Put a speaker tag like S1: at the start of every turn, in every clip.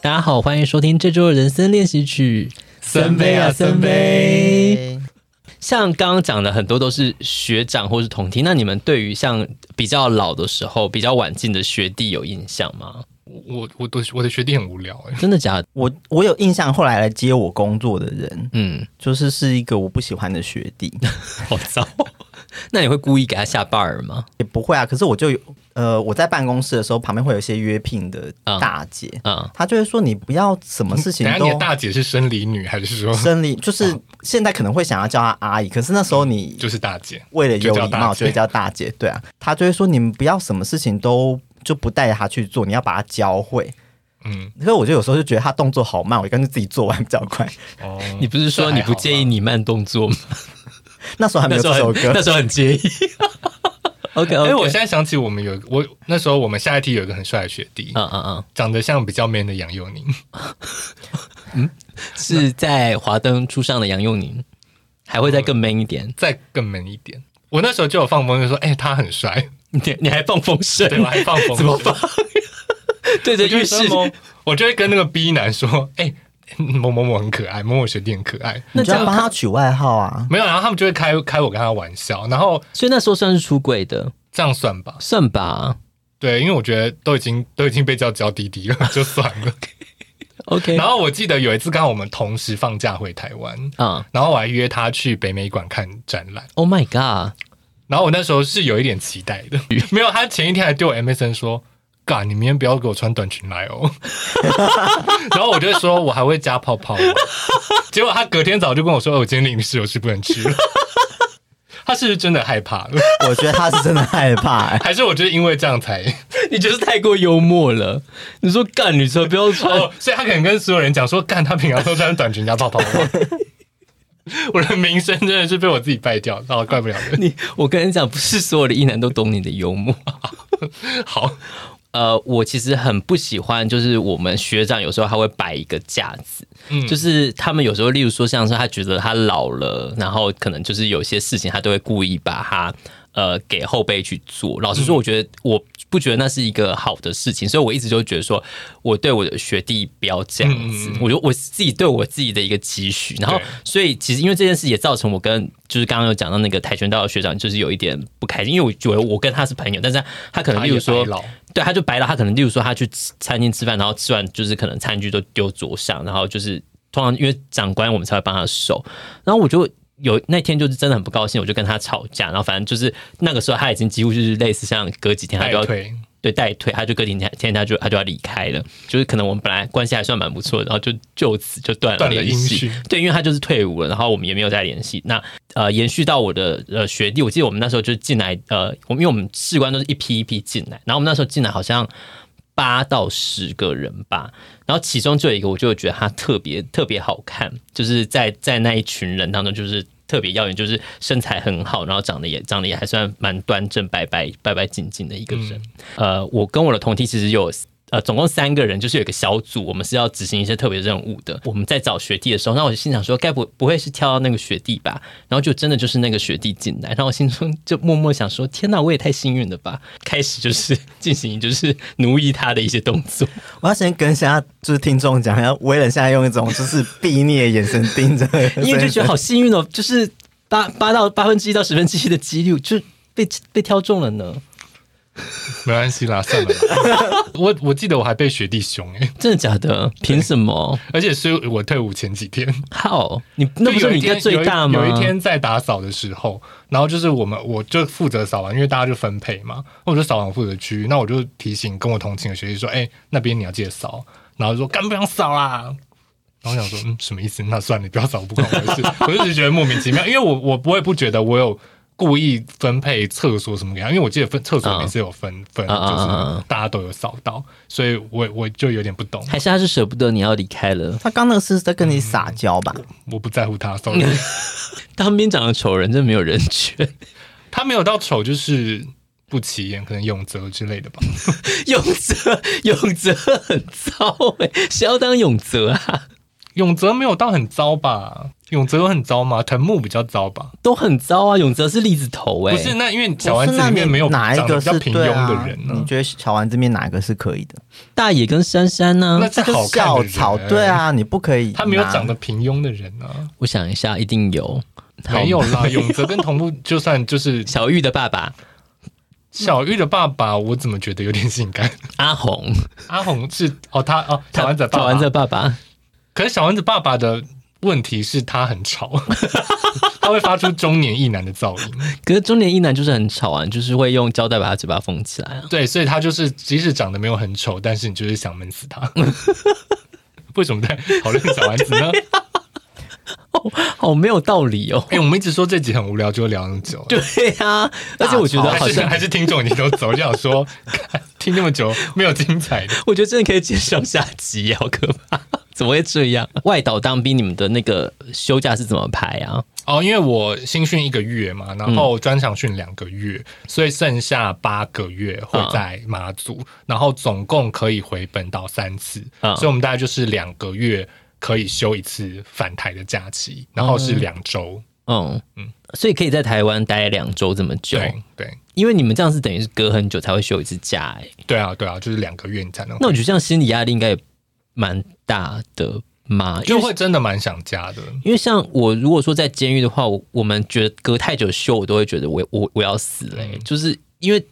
S1: 大家好，欢迎收听这周的人生练习曲。
S2: 森杯啊森杯！
S1: 像刚刚讲的很多都是学长或是同梯，那你们对于像比较老的时候、比较晚进的学弟有印象吗？
S2: 我我的我的学弟很无聊哎、
S1: 真的假的？
S3: 我我有印象，后来来接我工作的人，
S1: 嗯，
S3: 就是是一个我不喜欢的学 弟，
S1: 好糟。 那你会故意给他下 bar 吗？
S3: 也不会啊。可是我就有，呃，我在办公室的时候，旁边会有一些约聘的
S1: 嗯
S3: 大姐，
S1: 啊、
S3: 她就会说你不要什么哦事
S2: 嗯
S3: 情
S2: 等一下你
S3: 都
S2: 的大哦姐是生理女还是说
S3: 生理，就是现在可能会想要叫她阿姨，可是那时候你
S2: 就是大姐？
S3: 为了有
S2: 嗯就叫
S3: 礼
S2: 大
S3: 貌
S2: 姐
S3: 就会叫大姐，对啊，她就会说你们不要什么事情都就不带她去做，你要把她教会。
S2: 嗯，
S3: 可是我就有时候就觉得她动作好慢，我干脆自己做完比较快。
S2: 哦，
S1: 你不是说你不介意你慢动作吗？
S3: 那时候还 没
S1: 那
S3: 有
S1: 时
S3: 这
S1: 候
S3: 首
S1: 很
S3: 歌
S1: 那，时候很介 意。OK
S2: 哎、
S1: OK，
S2: 我现在想起我们有一个我那时候我们下一题有一个很帅的学弟，
S1: 嗯嗯嗯，
S2: 长得像比较 man 的杨佑宁，
S1: 是在华灯初上的杨佑宁，还会再更 man 一点。
S2: 再更 man 一点。我那时候就有放风，就说：“哎、他很帅。
S1: 你你还放风声？”
S2: 对，我还放风，
S1: 怎么放？ 对对，
S2: 就
S1: 浴
S2: 是
S1: 室
S2: 我就会跟那个 B 男说：“ 哎、某某某很可爱，某某学弟很可爱。
S3: 你就要帮她取外号啊”。
S2: 没有，然后他们就会开开我跟他玩笑，然后
S1: 所以那时候算是出轨的，
S2: 这样算吧。
S1: 算吧。
S2: 对，因为我觉得都已经都已经被叫娇滴滴了， 就算了。
S1: OK，
S2: 然后我记得有一次，刚好我们同时放假回台湾，
S1: 啊、
S2: 然后我还约他去北美馆看展览。
S1: o h，Oh my God，
S2: 然后我那时候是有一点期待的， 没有。他前一天还对我 MSN 说：“嘎，你明天不要给我穿短裙来哦。” 然后我就说：“我还会加泡泡。” 结果他隔天早就跟我说：“哦，我今天临时有事不能去了。” 他是不是真的害怕了？
S3: 我觉得她是真的害怕、欸。
S2: 还是我就是因为这样才
S1: 你就是太过幽默了。你说干女车不要穿，
S2: 哦？所以他可能跟所有人讲说：“干，他平常都穿短裙加泡泡。”我的名声真的是被我自己败掉，那我怪不了 人。
S1: 你我跟你讲，不是所有的异男都懂你的幽默。
S2: 好，
S1: 呃，我其实很不喜欢，就是我们学长有时候他会摆一个架子，
S2: 嗯
S1: 就是他们有时候，例如说像是他觉得他老了，然后可能就是有些事情他都会故意把他呃给后辈去做。老实
S2: 嗯
S1: 说，我觉得我不觉得那是一个好的事情，所以我一直就觉得说，我对我的学弟不要这样子，
S2: 嗯嗯嗯
S1: 我就我自己对我自己的一个期许，然后
S2: 对
S1: 所以其实因为这件事也造成我跟就是刚刚有讲到那个跆拳道的学长就是有一点不开心，因为我觉得我跟他是朋友，但是他可能
S2: 他
S1: 例
S2: 也
S1: 如说
S2: 白老
S1: 对，他就白了。他可能，例如说，他去吃餐厅吃饭，然后吃完就是可能餐具都丢桌上，然后就是通常因为长官我们才会帮他收。然后我就有那天就是真的很不高兴，我就跟他吵架。然后反正就是那个时候他已经几乎就是类似像隔几天他
S2: 带
S1: 就要
S2: 腿。
S1: 对代退，他就隔几天天他就他就要离开了。就是可能我们本来关系还算蛮不错的，然后就就此就断了
S2: 断了
S1: 联
S2: 音
S1: 系
S2: 讯。
S1: 对，因为他就是退伍了，然后我们也没有再联系。那呃，延续到我的呃学弟，我记得我们那时候就是进来，呃，我们因为我们士官都是一批一批进来，然后我们那时候进来好像八到十个人吧，然后其中就有一个，我就觉得他特别 特别好看，就是在在那一群人当中，就是特别耀眼，就是身材很好，然后长得也长得也还算蛮端正、白白白白净净的一个人。呃，我跟我的同梯其实有。呃，总共三个人，就是有一个小组，我们是要执行一些特别任务的。我们在找学弟的时候，那我就心想说，该不不会是挑到那个学弟吧？然后就真的就是那个学弟进来，然后我心中就默默想说，天哪，我也太幸运了吧！开始就是进行就是奴役他的一些动作。
S3: 我要先跟现在就是听众讲，要威人现在用一种就是鄙睨的眼神 盯着，
S1: 因为就觉得好幸运哦，就是八八到八分之一到十分之一的几率就被被挑中了呢，
S2: 没关系啦，算了啦。我我记得我还被学弟凶哎、
S1: 真的假的？凭什么？
S2: 而且是我退伍前几天，
S1: 好，你那不
S2: 就是有一
S1: 你应该
S2: 天
S1: 最大吗？
S2: 有一？有一天在打扫的时候，然后就是我们我就负责扫完，因为大家就分配嘛，我就扫完我负责区域，那我就提醒跟我同寝的学弟说，哎、那边你要记得扫，然后就说干不想扫啦。然后我想说，嗯，什么意思？那算了，你不要扫，不关我的事。我就只是觉得莫名其妙，因为我我不会不觉得我有故意分配厕所什么给他，因为我记得分厕所每次有分分，
S1: 嗯嗯嗯嗯
S2: 就是大家都有扫到，所以我我就有点不懂，
S1: 还是他是舍不得你要离开了？
S3: 他刚那个是在跟你撒娇吧？
S2: 我不在乎他，sorry。
S1: 当兵长的丑人真没有人权，
S2: 他没有到丑，就是不起眼，可能永泽之类的吧。
S1: 永泽永泽欸很糟哎、谁要当永泽啊？
S2: 永泽没有到很糟吧？永泽有很糟吗？藤木比较糟吧？
S1: 都很糟啊。永泽是栗子头哎、
S2: 不是，那因为小
S3: 不
S2: 丸
S3: 是
S2: 子
S3: 那
S2: 里
S3: 你
S2: 面没有
S3: 哪一
S2: 长得
S3: 个
S2: 比较
S3: 是
S2: 平庸
S3: 对啊
S2: 的人呢、
S3: 你觉得小丸子面哪个是可以的？
S1: 大野跟珊珊啊呢、
S2: 那是
S3: 这个
S2: 好看的
S3: 校
S2: 人
S3: 草，对啊，你不可以拿。
S2: 他没有长得平庸的人呢、
S1: 我想一下，一定有。好
S2: 没有 啦。永泽跟同步，就算就是
S1: 小玉的爸爸
S2: 小玉的爸爸，我怎么觉得有点性 感？
S1: 阿红，
S2: 阿红是哦，他哦，小丸子的爸
S1: 小
S2: 爸
S1: 丸子的爸爸，
S2: 可是小丸子爸爸的问题是他很 吵，他会发出中年一男的噪音。
S1: 可是中年一男就是很吵啊，就是会用胶带把他嘴巴封起来啊。
S2: 对，所以他就是即使长得没有很丑，但是你就是想闷死他。 为什么在讨论小丸子 呢？
S1: 好没有道理哦。
S2: 哎、我们一直说这集很无聊，就会聊很久。
S1: 对啊，而且我觉得好
S2: 还是
S1: 像，
S2: 还是听众已经都走，就想说听那么久没有精彩的。
S1: 我觉得真的可以接上下集，好可怕！怎么会这样？ 外岛当兵，你们的那个休假是怎么排啊？
S2: 哦，因为我新训一个月嘛，然后专场训两个月，所以剩下八个月会在马祖，然后总共可以回本岛三次，
S1: 嗯
S2: 所以我们大概就是两个月可以休一次返台的假期，然后是两周。
S1: 嗯所以可以在台湾待两周这么久，
S2: 对对
S1: 因为你们这样是等于是隔很久才会休一次假、欸，
S2: 对啊对啊，就是两个月你才能
S1: 那，我觉得这样心理压力应该也蛮大的嘛，因
S2: 就
S1: 为
S2: 会真的蛮想家 的。
S1: 因为像我如果说在监狱的话，我我们觉得隔太久休，我都会觉得我我我要死了欸、就是因为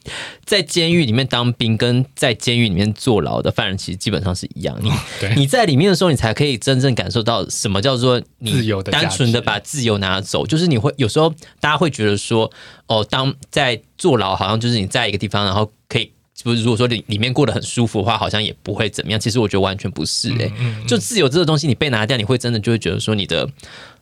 S1: 在监狱里面当兵跟在监狱里面坐牢的犯人其实基本上是一样，你
S2: 对
S1: 你在里面的时候，你才可以真正感受到什么叫做你
S2: 自由的价值
S1: 单纯的把自由拿走。就是你会有时候大家会觉得说，哦，当在坐牢好像就是你在一个地方，然后可以。就是如果说里里面过得很舒服的话，好像也不会怎么样。其实我觉得完全不是
S2: 嗯
S1: 诶、就自由这个东西，你被拿掉，你会真的就会觉得说你的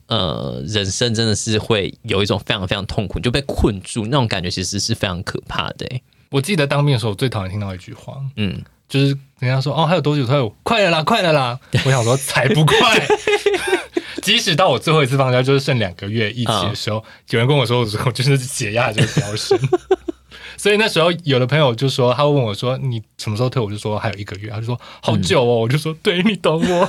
S1: 呃人生真的是会有一种非常非常痛苦，你就被困住那种感觉，其实是非常可怕的、诶
S2: 我记得当兵的时候，我最讨厌听到一句话，
S1: 嗯，
S2: 就是人家说哦，还有多久？还有快了啦，快了啦！我想说才 不快。即使到我最后一次放假，就是剩两个月一起的时候，有人跟我说，我我就是血压就 飙升。所以那时候有的朋友就说，他会问我说你什么时候退？我就说还有一个月。他就说好久哦，我就说对你懂我。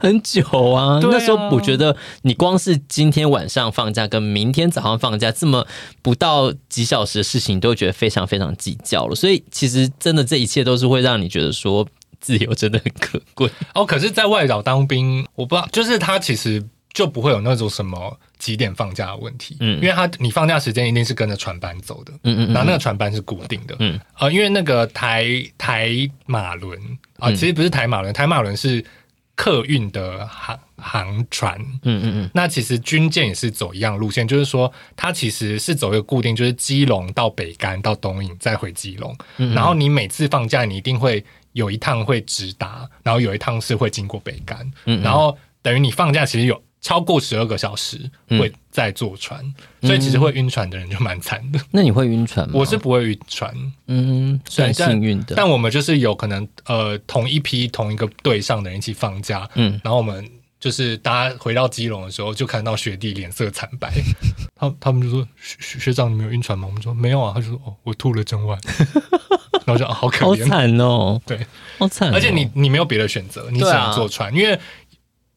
S1: 很久啊。
S2: 对啊
S1: 那时候我觉得你光是今天晚上放假跟明天早上放假这么不到几小时的事情，你都会觉得非常非常计较了。所以其实真的这一切都是会让你觉得说自由真的很可贵。
S2: 哦，可是，在外岛当兵，我不知道，就是他其实就不会有那种什么几点放假的问题，
S1: 嗯
S2: 因为他你放假时间一定是跟着船班走的，
S1: 嗯嗯嗯
S2: 然后那个船班是固定的，
S1: 嗯
S2: 嗯，呃，因为那个台台马轮啊、
S1: 嗯
S2: 其实不是台马轮，台马轮是客运的航航船。
S1: 嗯嗯嗯，
S2: 那其实军舰也是走一样路线，就是说它其实是走一个固定，就是基隆到北干到东引再回基隆，
S1: 嗯
S2: 然后你每次放假你一定会有一趟会直达，然后有一趟是会经过北干，
S1: 嗯嗯
S2: 然后等于你放假其实有超过十二个小时
S1: 嗯
S2: 会再坐船，所以其实会晕船的人就蛮惨的。
S1: 那你会晕船吗？
S2: 我是不会晕船，
S1: 嗯，算
S2: 对但
S1: 幸运的。
S2: 但我们就是有可能呃同一批同一个队上的人一起放假，
S1: 嗯，
S2: 然后我们就是大家回到基隆的时候，就看到学弟脸色惨白， 他他们就说学学学长你没有晕船吗？我们说没有啊，他就说哦我吐了整晚， 然后我就、啊、好可
S1: 好
S2: 怜，
S1: 惨哦，
S2: 对，
S1: 好惨哦、
S2: 而且你你没有别的选择，你只
S1: 对啊
S2: 能坐船，因为。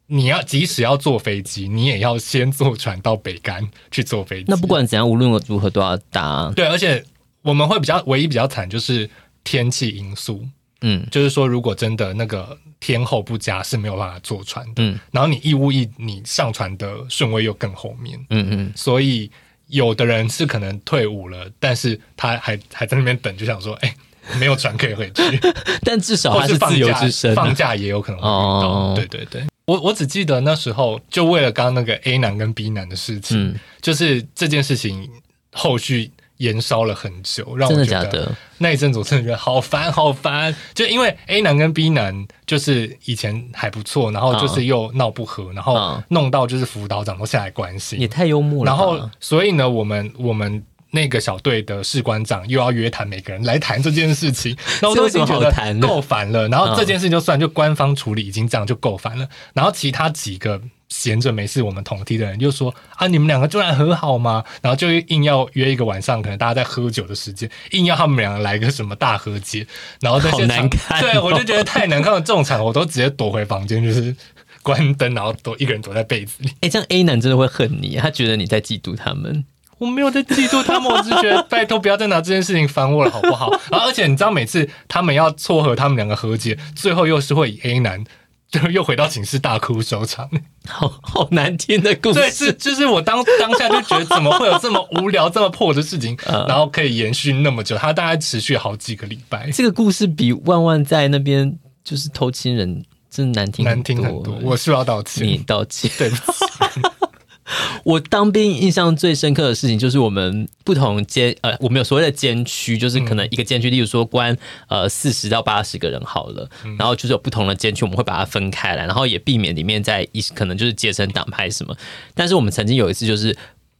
S2: 你要即使要坐飞机，你也要先坐船到北干去坐飞机。
S1: 那不管怎样，无论如何都要搭。
S2: 对，而且我们会比较唯一比较惨就是天气因素，
S1: 嗯
S2: 就是说，如果真的那个天候不佳是没有办法坐船的，
S1: 嗯
S2: 然后你义务役你上船的顺位又更后面，
S1: 嗯嗯，
S2: 所以有的人是可能退伍了，但是他还还在那边等，就想说，哎、没有船可以回去，
S1: 但至少
S2: 或
S1: 他
S2: 是放
S1: 自由
S2: 假
S1: 之身啊、
S2: 放假也有可能会遇到。
S1: 哦
S2: 对对对，我我只记得那时候就为了刚刚那个 A 男跟 B 男的事情，
S1: 嗯，
S2: 就是这件事情后续延烧了很久，让我
S1: 真
S2: 觉
S1: 的
S2: 得
S1: 假的？
S2: 那一阵子我真的觉得好烦好烦，就因为 A 男跟 B 男就是以前还不错，然后就是又闹不和，然后
S1: 嗯
S2: 弄到就是辅导长都下来关
S1: 也
S2: 心，
S1: 太幽默了
S2: 然
S1: 吧。
S2: 后所以呢，我们我们。那个小队的士官长又要约谈每个人来谈这件事 情，然
S1: 这
S2: 后都
S1: 有
S2: 已经
S1: 什
S2: 觉
S1: 么好谈的
S2: 得够烦了。然后
S1: 嗯
S2: 这件事就算就官方处理已经这样就够烦了，然后其他几个闲着没事我们同梯的人就说啊，你们两个就来和好吗？然后就硬要约一个晚上，可能大家在喝酒的时间，硬要他们两个来个什么大和解，然后在现
S1: 好难
S2: 场，
S1: 看哦
S2: 对我就觉得太难看了。这种场合我都直接躲回房间，就是关灯，然后躲一个人躲在被子里。
S1: 哎、这样 A 男真的会恨你，他觉得你在嫉妒他们。
S2: 我没有在嫉妒他们，我只是 觉得拜托不要再拿这件事情烦我了，好不好？然后而且你知道，每次他们要撮合他们两个和解，最后又是会以 A 男。就又回到寝室大哭收场，
S1: 好 好难听的故
S2: 对，
S1: 事
S2: 是。就是我当当下就觉得怎么会有这么无聊、这么破的事情，
S1: 嗯
S2: 然后可以延续那么久，它大概持续好几个礼拜，
S1: 这个故事比万万在那边就是偷亲人真的难听
S2: 难听很
S1: 很
S2: 多。我是不是要道
S1: 你
S2: 歉，
S1: 道歉。
S2: 对不起，
S1: 我当兵印象最深刻的事情就是我们不同监呃，我们有所谓的监区，就是可能一个监区，例如说关呃四十到八十个人好了，
S2: 嗯
S1: 然后就是有不同的监区，我们会把它分开来，然后也避免里面在一可能就是结成党派什么。但是我们曾经有一次就是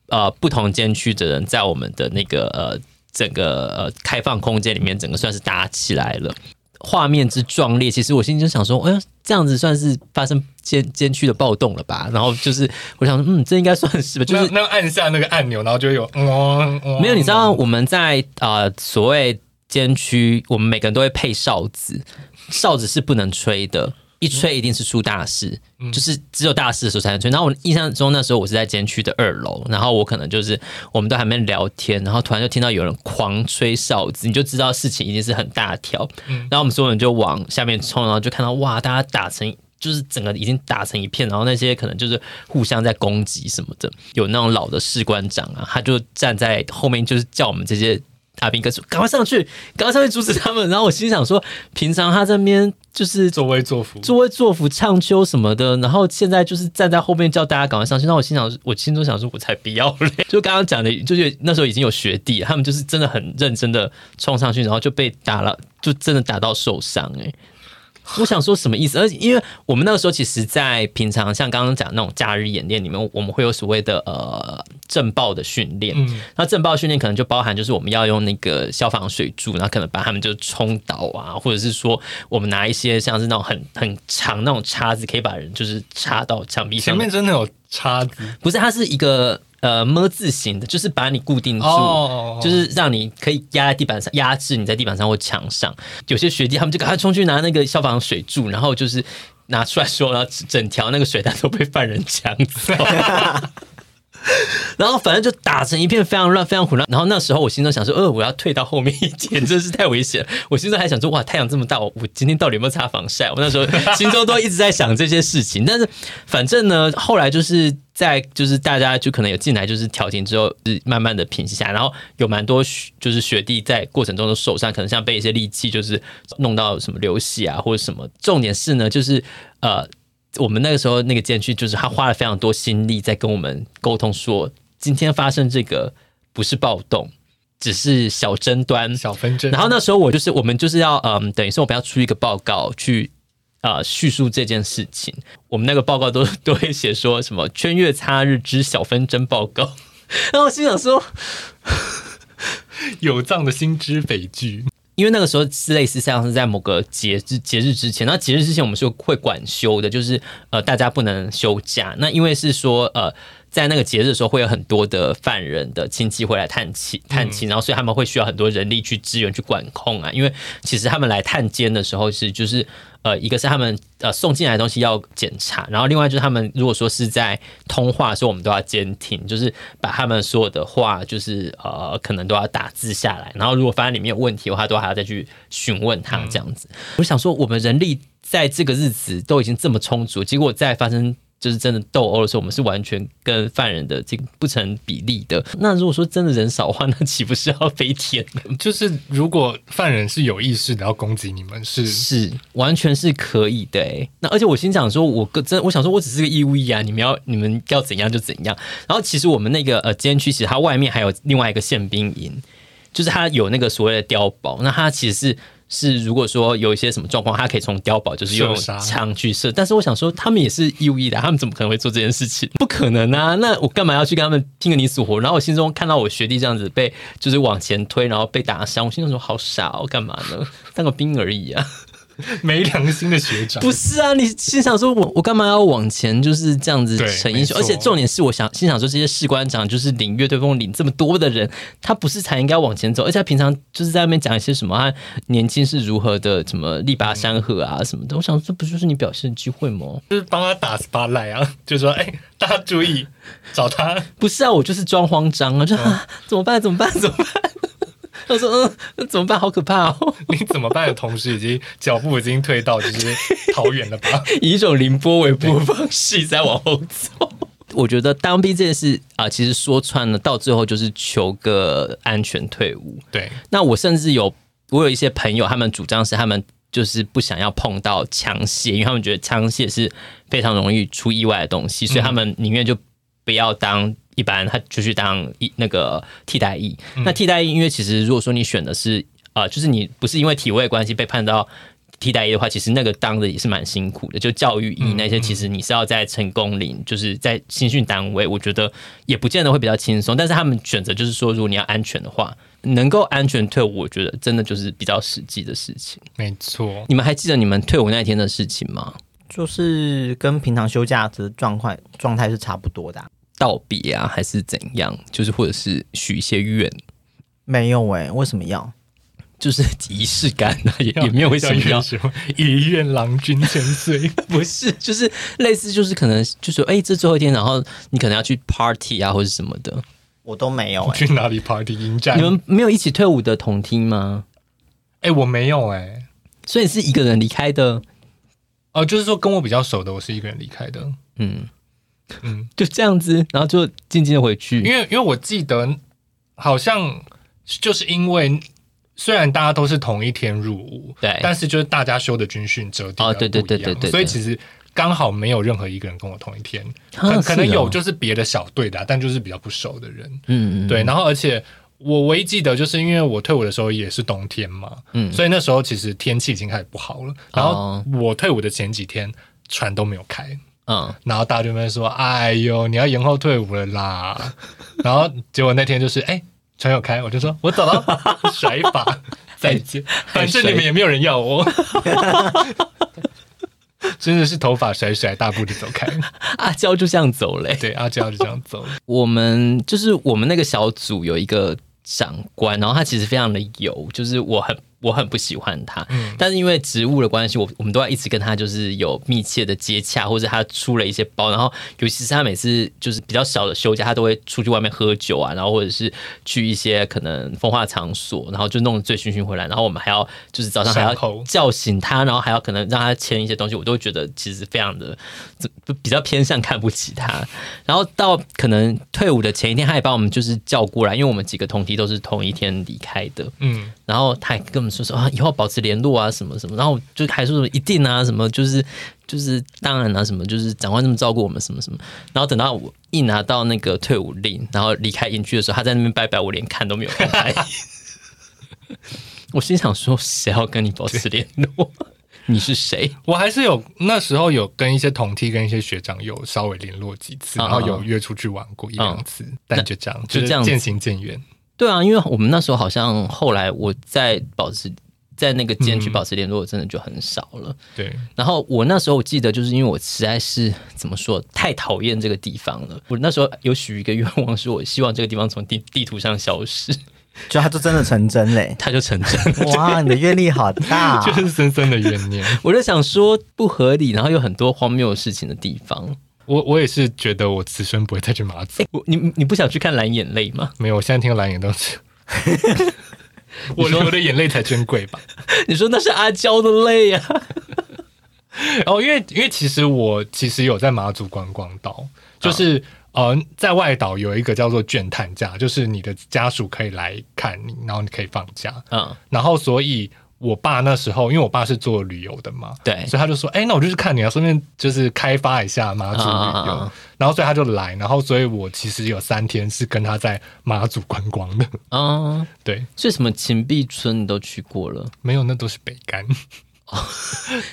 S1: 呃不同监区的人在我们的那个呃整个呃开放空间里面，整个算是打起来了。画面之壮烈，其实我心里就想说，哎、呀，这样子算是发生监监区的暴动了吧？然后就是我想说，嗯，这应该算是吧，就
S2: 就是是那按下那个按钮，然后就会有嗯，嗯
S1: 没有，你知道我们在呃所谓监区，我们每个人都会配哨子，哨子是不能吹的，一吹一定是出大事，就是只有大事的时候才能吹。然后我印象中那时候我是在监区的二楼，然后我可能就是我们都还没聊天，然后突然就听到有人狂吹哨子，你就知道事情一定是很大条。然后我们所有人就往下面冲，然后就看到哇，大家打成。就是整个已经打成一片，然后那些可能就是互相在攻击什么的。有那种老的士官长啊，他就站在后面，就是叫我们这些大兵哥说：“赶快上去，赶快上去阻止他们。”然后我心想说，平常他这边就是
S2: 嗯作威作福，
S1: 作威作福、唱秋什么的，然后现在就是站在后面叫大家赶快上去。那我心想，我心中想说，我才不要嘞！就刚刚讲的，就是那时候已经有学弟，他们就是真的很认真的冲上去，然后就被打了，就真的打到受伤哎、我想说什么意思？而且因为我们那个时候其实，在平常像刚刚讲那种假日演练里面，我们会有所谓的呃震爆的训练。
S2: 嗯
S1: 那震爆训练可能就包含就是我们要用那个消防水柱，然后可能把他们就冲倒啊，或者是说我们拿一些像是那种很很长那种叉子，可以把人就是插到墙壁上
S2: 前
S1: 面。
S2: 面真的有叉子
S1: 不是，它是一个呃么字形的，就是把你固定住。
S2: 哦，
S1: 就是让你可以压在地板上，压制你在地板上或墙上。有些学弟他们就赶快冲去拿那个消防水柱，然后就是拿出来说，然后整条那个水弹都被犯人抢走。 然后反正就打成一片，非常乱，非常混乱。然后那时候我心中想说，呃，我要退到后面一点，真是太危险了。我心中还想说，哇，太阳这么大，我我今天到底有没有擦防晒？我那时候心中都一直在想这些事情。但是反正呢，后来就是在就是大家就可能有进来，就是调停之后，就是慢慢的平息下来。然后有蛮多学就是学弟在过程中的受伤，可能像被一些利器就是呃弄到什么流血啊或者什么。重点是呢，就是呃。我们那个时候那个监区，就是他花了非常多心力在跟我们沟通说，今天发生这个不是暴动，只是小争端。
S2: 小分针，
S1: 然后那时候我就是我们就是要嗯，等于说我们要出一个报告去呃叙述这件事情。我们那个报告都都会写说什么“圈月擦日之小纷争报告”， 然后我心想说，
S2: 有藏的心之北剧，
S1: 因为那个时候是类似像是在某个节日节日之前，那节日之前我们是会管休的，就是呃大家不能休假。那因为是说呃在那个节日的时候会有很多的犯人的亲戚会来探亲探亲，然后所以他们会需要很多人力去支援去管控啊。因为其实他们来探监的时候是就是呃一个是他们呃送进来的东西要检查，然后另外就是他们如果说是在通话的时候，我们都要监听，就是把他们所有的话，就是呃，可能都要打字下来，然后如果发现里面有问题的话，都还要再去询问他这样子。我想说，我们人力在这个日子都已经这么充足，结果在发生。就是真的斗殴的时候，我们是完全跟犯人的这个不成比例的。那如果说真的人少的话，那岂不是要飞天了？
S2: 就是如果犯人是有意识的要攻击你们，是
S1: 是完全是可以的、欸。那而且我心想说，我个真我想说我只是个义务役啊，你们要你们要怎样就怎样。然后其实我们那个呃监区，其实它外面还有另外一个宪兵营，就是它有那个所谓的碉堡，那它其实是。是，如果说有一些什么状况，它可以从碉堡就是用
S2: 射杀
S1: 枪去射，但是我想说，他们也是义务役的啊，他们怎么可能会做这件事情？不可能啊！那我干嘛要去跟他们拼个你死我活？然后我心中看到我学弟这样子被就是往前推，然后被打伤，我心中说好傻哦，干嘛呢？当个兵而已啊。
S2: 没良心的学长，
S1: 不是啊，你心想说我我干嘛要往前就是这样子
S2: 对
S1: 逞英雄？
S2: 没
S1: 而
S2: 错
S1: 且重点是我想心想说这些士官长就是领乐队风领这么多的人，他不是才应该往前走？而且他平常就是在那边讲一些什么他年轻是如何的什么力拔山河啊
S2: 嗯
S1: 什么的，我想这不就是你表现的机会吗？
S2: 就是帮他打 spotlight 啊，就说哎、大家注意，找他
S1: 不是啊，我就是装慌张啊，就、啊、怎么办？怎么办？怎么办？ 他说嗯，怎么办？好可怕哦！
S2: 你怎么办的同时，已经脚步已经退到就是桃园了 吧？
S1: 以一种凌波微步的方式在往后走。 我觉得当兵这件事啊、其实说穿了，到最后就是求个安全退伍。
S2: 对，
S1: 那我甚至有，我有一些朋友，他们主张是他们就是不想要碰到枪械，因为他们觉得枪械是非常容易出意外的东西，所以他们宁愿就不要当一般，他就去当一那个替代役。那替代役，因为其实如果说你选的是呃，就是你不是因为体位的关系被判到。替代役的话，其实那个当的也是蛮辛苦的。就教育役那些，其实你是要在成功领，就是在新训单位，我觉得也不见得会比较轻松。但是他们选择就是说，如果你要安全的话，能够安全退伍，我觉得真的就是比较实际的事情。
S2: 没错，
S1: 你们还记得你们退伍那天的事情吗？
S3: 就是跟平常休假的状况状态是差不多的啊、
S1: 道别啊，还是怎样？就是或者是许一些愿，
S3: 没有哎、为什么要？
S1: 就是仪式感啊，也也没有为什么 要
S2: 要，什么一愿郎君千 岁，
S1: 不是，就是类似，就是可能就是哎、这最后一天，然后你可能要去 party 啊，或者什么的。
S3: 我都没有哎、
S2: 去哪里 party 迎战？
S1: 你们没有一起退伍的同梯吗？
S2: 哎、我没有哎、
S1: 所以是一个人离开的，
S2: 哦、就是说跟我比较熟的，我是一个人离开的，
S1: 嗯
S2: 嗯，
S1: 就这样子，然后就静静的回
S2: 因
S1: 去。
S2: 为因为我记得好像就是因为虽然大家都是同一天入伍，
S1: 对，
S2: 但是就是大家修的军训折叠
S1: 哦
S2: 的
S1: 对对
S2: 不一
S1: 对
S2: 样
S1: 对对对
S2: 所以其实刚好没有任何一个人跟我同一天，
S1: 啊
S2: 可可能
S1: 是哦
S2: 有就是别的小队的啊、但就是比较不熟的人，
S1: 嗯嗯，
S2: 对，然后而且。我唯一记得就是因为我退伍的时候也是冬天嘛，
S1: 嗯
S2: 所以那时候其实天气已经开始不好了。然后
S1: 哦
S2: 我退伍的前几天船都没有开，
S1: 嗯，
S2: 然后大家就在那边说：“哎呦，你要延后退伍了啦。” 然后结果那天就是，哎、船有开，我就说我走了， 甩 一
S1: 哎
S2: 把，再见。反正你们也没有人要我， 真的是头发甩甩，大步的走 开。
S1: 阿娇啊就这样走嘞、
S2: 对，阿娇就这样走了。
S1: 我们就是我们那个小组有一个长官，然后他其实非常的油，就是我很我很不喜欢他，但是因为职务的关系，我我们都要一直跟他就是有密切的接洽，或者他出了一些包，然后尤其是他每次就是比较少的休假，他都会出去外面喝酒啊，然后或者是去一些可能风化场所，然后就弄得醉醺醺回来，然后我们还要就是早上还要
S2: 善后
S1: 叫醒他，然后还要可能让他签一些东西，我都觉得其实非常的比较偏向看不起他。然后到可能退伍的前一天，他也把我们就是叫过来，因为我们几个同梯都是同一天离开的。
S2: 嗯，
S1: 然后他还跟我们说说啊，以后保持联络啊，什么什么。然后就还说什么一定啊，什么就是就是当然啊，什么就是长官这么照顾我们，什么什么。然后等到我一拿到那个退伍令，然后离开营区的时候，他在那边拜拜，我连看都没有看他一眼。 我心想说，谁要跟你保持联络？ 你是谁？
S2: 我还是有那时候有跟一些同梯、跟一些学长有稍微联络几次，
S1: 嗯
S2: 然后有约出去玩过一两次，但就这样，
S1: 就这样
S2: 是
S1: 子
S2: 渐行渐远。
S1: 对啊，因为我们那时候好像后来我在保持在那个间去保持联络，真的就很少了。
S2: 对，，
S1: 然后我那时候我记得，就是因为我实在是怎么说，太讨厌这个地方了。我那时候有许一个愿望，说我希望这个地方从地地图上消 失，
S3: 就他就真的成真嘞、
S1: 它就成真了。
S3: 哇，你的阅历好大啊
S1: 啊
S2: 就是深深的怨念。
S1: 我就想说不合理，然后有很多荒谬的事情的地方。
S2: 我我也是觉得我此生不会再去马祖。
S1: 我你你不想去看蓝眼泪吗？
S2: 没有，我现在听蓝眼都 是，我流的眼泪才珍贵 吧。
S1: 你说那是阿娇的泪 啊？
S2: 然哦后、因为因为其实我其实有在马祖观光岛，就是、呃，在外岛有一个叫做倦探假，就是你的家属可以来看你，然后你可以放假。
S1: 嗯，
S2: 然后所以我爸那时候，因为我爸是做旅游的嘛，
S1: 对
S2: 所以他就说：“哎、那我就去看你啊，顺便就是开发一下马祖旅游。
S1: 啊啊啊
S2: 然后所以他就来，然后所以我其实有三天是跟他在马祖观光的。
S1: 嗯，
S2: 对，
S1: 所以什么秦壁村你都去过了，
S2: 没有，那都是北干。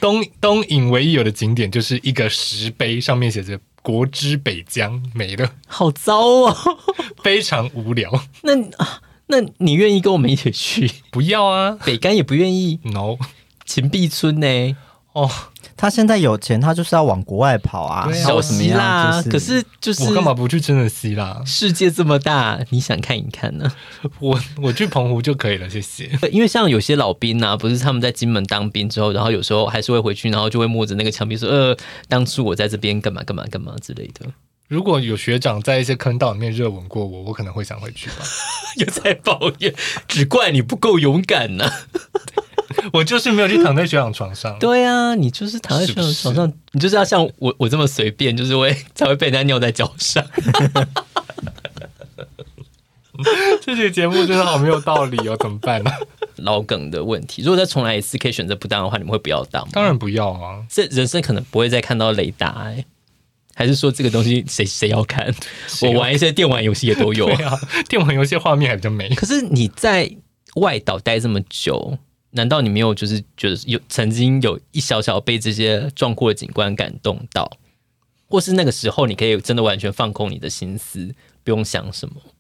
S2: 东东引唯一有的景点就是一个石碑，上面写着“国之北疆”，没了，
S1: 好糟哦。
S2: 非常无聊。
S1: 那 啊，那你愿意跟我们一起去？
S2: 不要啊
S1: 北干也不愿意，
S2: ，no，
S1: 秦碧村呢，
S2: 哦，
S3: 他现在有钱，他就是要往国外跑啊，
S2: 对啊
S3: 然后
S1: 小
S3: 怎么
S1: 希
S3: 样
S1: 腊，
S3: 就是
S1: 可是就是
S2: 我干嘛不去真的希腊？
S1: 世界这么大，你想看一看呢？
S2: 我我去澎湖就可以了，谢谢。
S1: 因为像有些老兵啊，不是他们在金门当兵之后，然后有时候还是会回去，然后就会摸着那个墙壁说：“呃，当初我在这边干嘛干嘛干嘛之类的。
S2: 如果有学长在一些坑道里面热吻过我，我可能会想回 去吧。”
S1: 又在抱怨，只怪你不够勇敢啊呐、
S2: 我就是没有去躺在学长床上。
S1: 对啊，你就是躺在
S2: 是不
S1: 床
S2: 是
S1: 床上，你就是要像我我这么随便，就是会才会被人家尿在脚上。
S2: 这期节目真的好没有道理哦，怎么办呢、
S1: 老梗的问题，如果再重来一次，可以选择不当的话，你们会不要当吗？
S2: 当然不要啊，
S1: 这人生可能不会再看到雷达、欸，还是说这个东西谁谁要看？
S2: 要
S1: 我
S2: 看
S1: 玩一些电玩游戏也都有
S2: 对。 啊，电玩游戏画面还比较美。
S1: 可是你在外岛待这么久，难道你没有就是觉得有曾经有一小小被这些壮阔的景观感动到，或是那个时候你可以真的完全放空你的心思，不用想什么？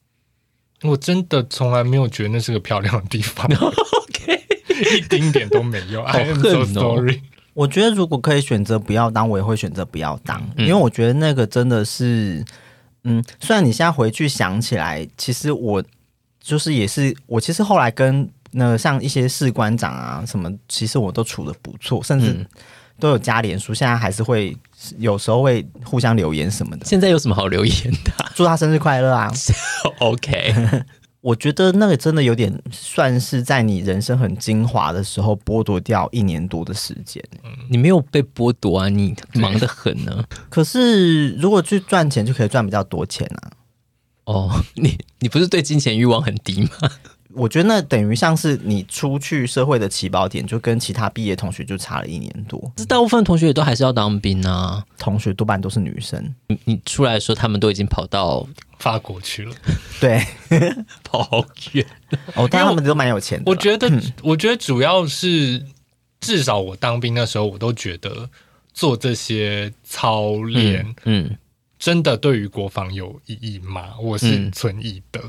S2: 我真的从来没有觉得那是个漂亮的地方
S1: OK
S2: 一丁点都没有。I am
S1: 恨
S2: so
S1: 哦
S2: sorry。
S3: 我觉得如果可以选择不要当，我也会选择不要当，因为我觉得那个真的是，嗯，虽然你现在回去想起来，其实我就是也是我，其实后来跟那个像一些士官长啊什么，其实我都处的不错，甚
S1: 嗯
S3: 至都有加脸书，现在还是会有时候会互相留言什么的，
S1: 现在有什么好留言的
S3: 祝他生日快乐啊！
S1: ？OK，
S3: 我觉得那个真的有点算是在你人生很精华的时候剥夺掉一年多的时间。
S1: 你没有被剥夺啊，你忙得很啊呢、
S3: 可是如果去赚钱，就可以赚比较多钱啊。
S1: 哦， 你你不是对金钱欲望很低吗？
S3: 我觉得那等于像是你出去社会的起跑点，就跟其他毕业同学就差了一年多。
S1: 这大部分同学也都还是要当兵啊。
S3: 同学多半都是女生，
S1: 你你出来的时候，他们都已经跑到
S2: 法国去了，
S3: 对，
S1: 跑好远。
S3: 哦，但他们都蛮有钱的啦。
S2: 我觉
S1: 嗯
S2: 得，我觉得主要是，至少我当兵的时候，我都觉得做这些操练
S1: 嗯
S2: 真的对于国防有意义吗？我是
S1: 嗯
S2: 存疑的。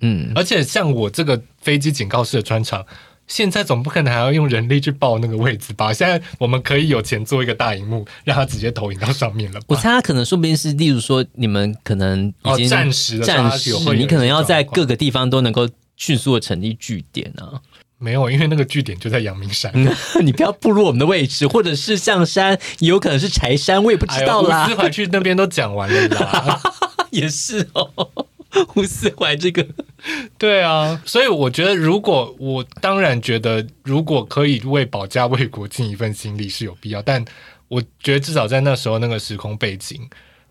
S1: 嗯，
S2: 而且像我这个飞机警告式的专场，现在总不可能还要用人力去报那个位置吧？现在我们可以有钱做一个大荧幕，让它直接投影到上面了吧？
S1: 我猜他可能说不定是，例如说你们可能已
S2: 哦
S1: 经
S2: 暂时的
S1: 暂
S2: 大家
S1: 时
S2: 有会有，
S1: 你可能要在
S2: 这种状
S1: 各
S2: 况
S1: 个地方都能够迅速的成立据点啊。
S2: 没有，因为那个据点就在阳明山。
S1: 你不要步入我们的位置，或者是象山，也有可能是柴山，我也不
S2: 哎
S1: 知
S2: 呦
S1: 道啦
S2: 吴思。怀去那边都讲完了 啦。
S1: 也是哦，胡思怀这 个，
S2: 对啊，所以我觉得，如果我当然觉得，如果可以为保家卫国尽一份心力是有必要，但我觉得至少在那时候那个时空背景，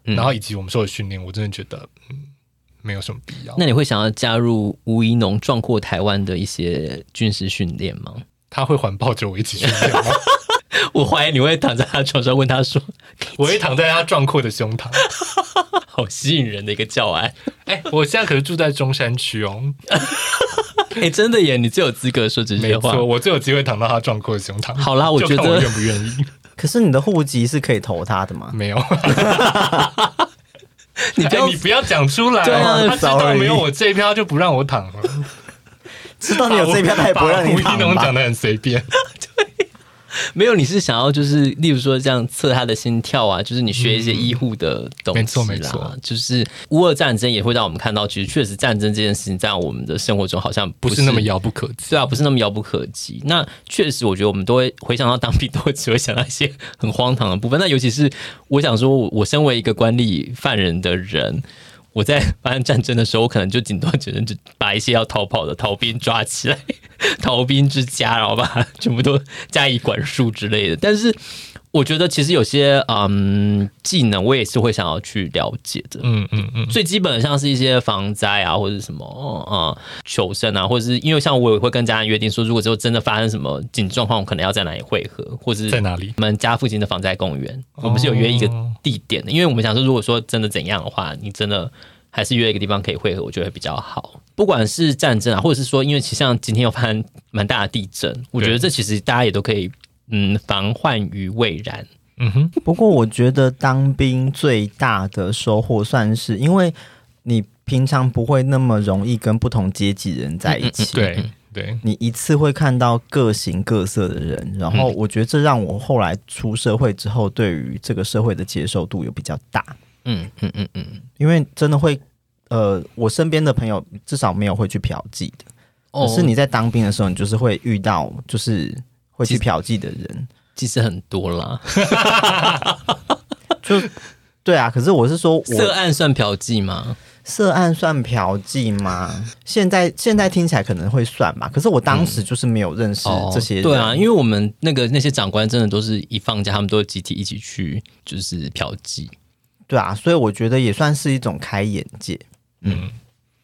S1: 嗯
S2: 然后以及我们受的训练，我真的觉得嗯没有什么必要。
S1: 那你会想要加入吴一农壮阔台湾的一些军事训练吗？
S2: 他会环抱着我一起训 练吗？
S1: 我怀疑你会躺在他床上问他说，
S2: 我会躺在他壮阔的胸膛。
S1: 好吸引人的一个教案。
S2: 哎、我现在可是住在中山区哦，
S1: 哎、真的耶，你最有资格说这
S2: 没
S1: 些话。
S2: 错，我最有机会躺到他壮阔的胸膛。
S1: 好啦我
S2: 就
S1: 觉
S2: 看我
S1: 得
S2: 愿不愿意。
S3: 可是你的户籍是可以投他的嘛？
S2: 没 有，
S1: 你不要
S2: 哎你不要讲出来，
S1: 对啊
S2: 他知道
S3: sorry
S2: 没有我这一票就不让我躺了。
S3: 知道你有这一票，他也不会让你
S2: 把
S3: 躺
S2: 吴一农
S3: 吧
S2: 讲？的很随便，
S1: 没有，你是想要就是，例如说这样测他的心跳啊，就是你学一些医护的东西啦。
S2: 没错没错
S1: 就是乌俄战争也会让我们看到，其实确实战争这件事情在我们的生活中好像
S2: 不
S1: 是
S2: 是那么。遥不可及。
S1: 对啊，不是那么遥不可及。那确实，我觉得我们都会回想到当兵，都会只会想到一些很荒唐的部分。那尤其是我想说，我我身为一个官吏犯人的人，我在发生战争的时候，我可能就顶多只能只把一些要逃跑的逃兵抓起来， 逃兵之家，然后把它全部都加以管束之类的。但是我觉得其实有些嗯技能，我也是会想要去了解的。
S2: 嗯嗯嗯，
S1: 最基本的像是一些防灾啊，或者是什么呃求生啊，或者是因为像我也会跟家人约定说，如果之后真的发生什么紧急状况，我可能要在哪里汇合，或者
S2: 在哪里？哦
S1: 我们家附近的防灾公园，我们是有约一个地点的，因为我们想说，如果说真的怎样的话，你真的还是约一个地方可以汇合，我觉得会比较好。不管是战争啊，或者是说，因为其实像今天有发生蛮大的地震，我觉得这其实大家也都可以嗯防患于未然。
S2: 嗯哼，
S3: 不过我觉得当兵最大的收获，算是因为你平常不会那么容易跟不同阶级人在一起。
S2: 嗯对，对，
S3: 你一次会看到各形各色的人，然后我觉得这让我后来出社会之后，对于这个社会的接受度有比较大，
S1: 嗯嗯嗯嗯，
S3: 因为真的会，呃，我身边的朋友至少没有会去嫖妓的，
S1: 哦
S3: 可是你在当兵的时候，你就是会遇到就是会去嫖妓的人，
S1: 哦其实很多啦，
S3: 就对啊。可是我是说我，
S1: 涉案算嫖妓吗？
S3: 涉案算嫖妓吗？现在现在听起来可能会算吧，可是我当时就是没有认识这些人、
S1: 对啊，因为我们那个那些长官真的都是一放假，他们都会集体一起去就是嫖妓，
S3: 对啊，所以我觉得也算是一种开眼界。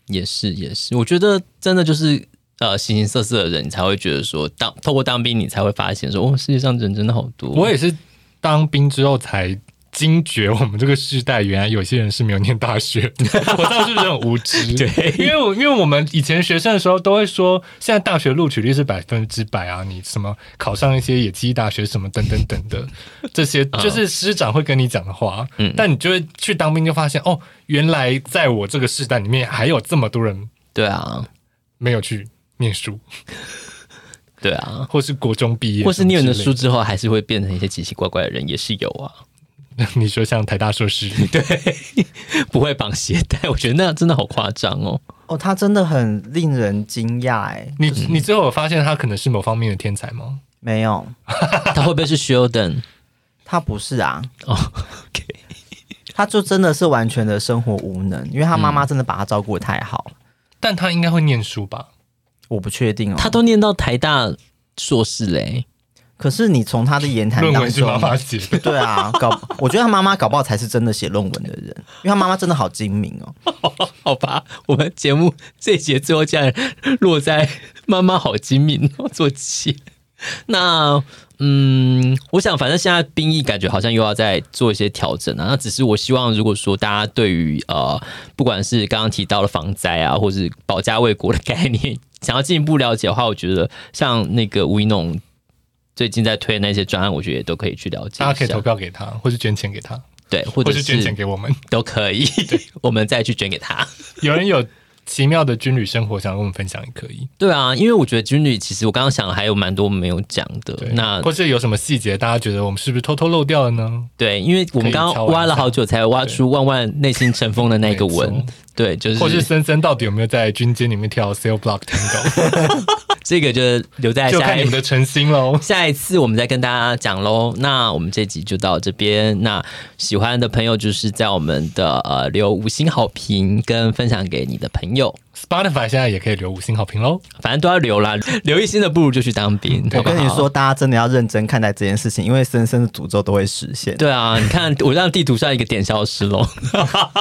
S1: 也是也是，我觉得真的就是呃形形色色的人，你才会觉得说当透过当兵，你才会发现说哦，世界上人真的好多。
S2: 我也是当兵之后才惊觉，我们这个世代原来有些人是没有念大学的。 我当时是不是很无知？对，因为我因为我们以前学生的时候都会说，现在大学录取率是百分之百啊，你什么考上一些野鸡大学什么等等等的，这些就是师长会跟你讲的话。
S1: 嗯
S2: 但你就会去当兵就发现，哦，原来在我这个世代里面还有这么多人
S1: 对啊，
S2: 没有去念书，
S1: 对啊，
S2: 或是国中毕业，
S1: 或是念了
S2: 的
S1: 书，之后，还是会变成一些奇奇怪怪的人，也是有啊。
S2: 你说像台大硕士，对，
S1: 不会绑鞋带，我觉得那真的好夸张哦。
S3: 哦，他真的很令人惊讶哎，
S2: 你你最后有发现他可能是某方面的天才吗？
S3: 没有，
S1: 他会不会是 Sheldon？
S3: 他不是啊，
S1: 哦，OK，
S3: 他就真的是完全的生活无能，因为他妈妈真的把他照顾的太好了，
S2: 但他应该会念书吧？
S3: 我不确定哦。
S1: 他都念到台大硕士嘞，
S3: 可是你从他的言谈
S2: 论
S3: 当
S2: 文是妈
S3: 中，
S2: 妈写 的，
S3: 对啊，搞我觉得他妈妈搞不好才是真的写论文的人，因为他妈妈真的好精明哦。
S1: 好吧？我们节目这一节最后竟然落在妈妈好精明哦，做起。那嗯，我想反正现在兵役感觉好像又要再做一些调整啊。那只是我希望，如果说大家对于呃，不管是刚刚提到的防灾啊，或是保家卫国的概念，想要进一步了解的话，我觉得像那个吴一农最近在推的那些专案，我觉得也都可以去了解一下。
S2: 大家可以投票给他，或是捐钱给他，
S1: 对，或
S2: 或
S1: 者
S2: 是捐钱给我们。
S1: 都可以，我们再去捐给他。
S2: 有人有奇妙的军旅生活想跟我们分享也可以，
S1: 对啊，因为我觉得军旅其实我刚刚想的还有蛮多没有讲的
S2: 对，。
S1: 那
S2: 或是有什么细节大家觉得我们是不是偷偷漏掉了呢？
S1: 对，因为我们刚刚挖了好久才挖出万万内心尘封的那个
S2: 没
S1: 文
S2: 错，
S1: 对，就
S2: 或是
S1: 是
S2: 森森到底有没有在军阶里面跳 s a l e block tango？
S1: 这个就留在
S2: 就
S1: 下
S2: 看你
S1: 一
S2: 们的诚心喽。
S1: 下一次我们再跟大家讲喽。那我们这集就到这边。那喜欢的朋友就是在我们的呃留五星好评跟分享给你的朋友，
S2: Spotify 现在也可以留五星好评喽。
S1: 反正都要留啦，留一星的不如就去当兵。
S2: 嗯
S3: 我
S1: 好不
S3: 跟
S1: 好
S3: 你说，，大家真的要认真看待这件事情，因为深深的诅咒都会实现。
S1: 对啊，你看我让地图上一个点消失喽。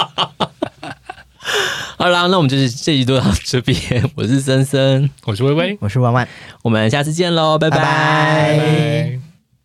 S1: 好啦，那我们就是这一集就到这边，我是森森，
S2: 我是微微，
S3: 我是弯弯。
S1: 我们下次见喽，拜
S3: 拜
S1: 拜
S3: 拜
S2: 拜拜。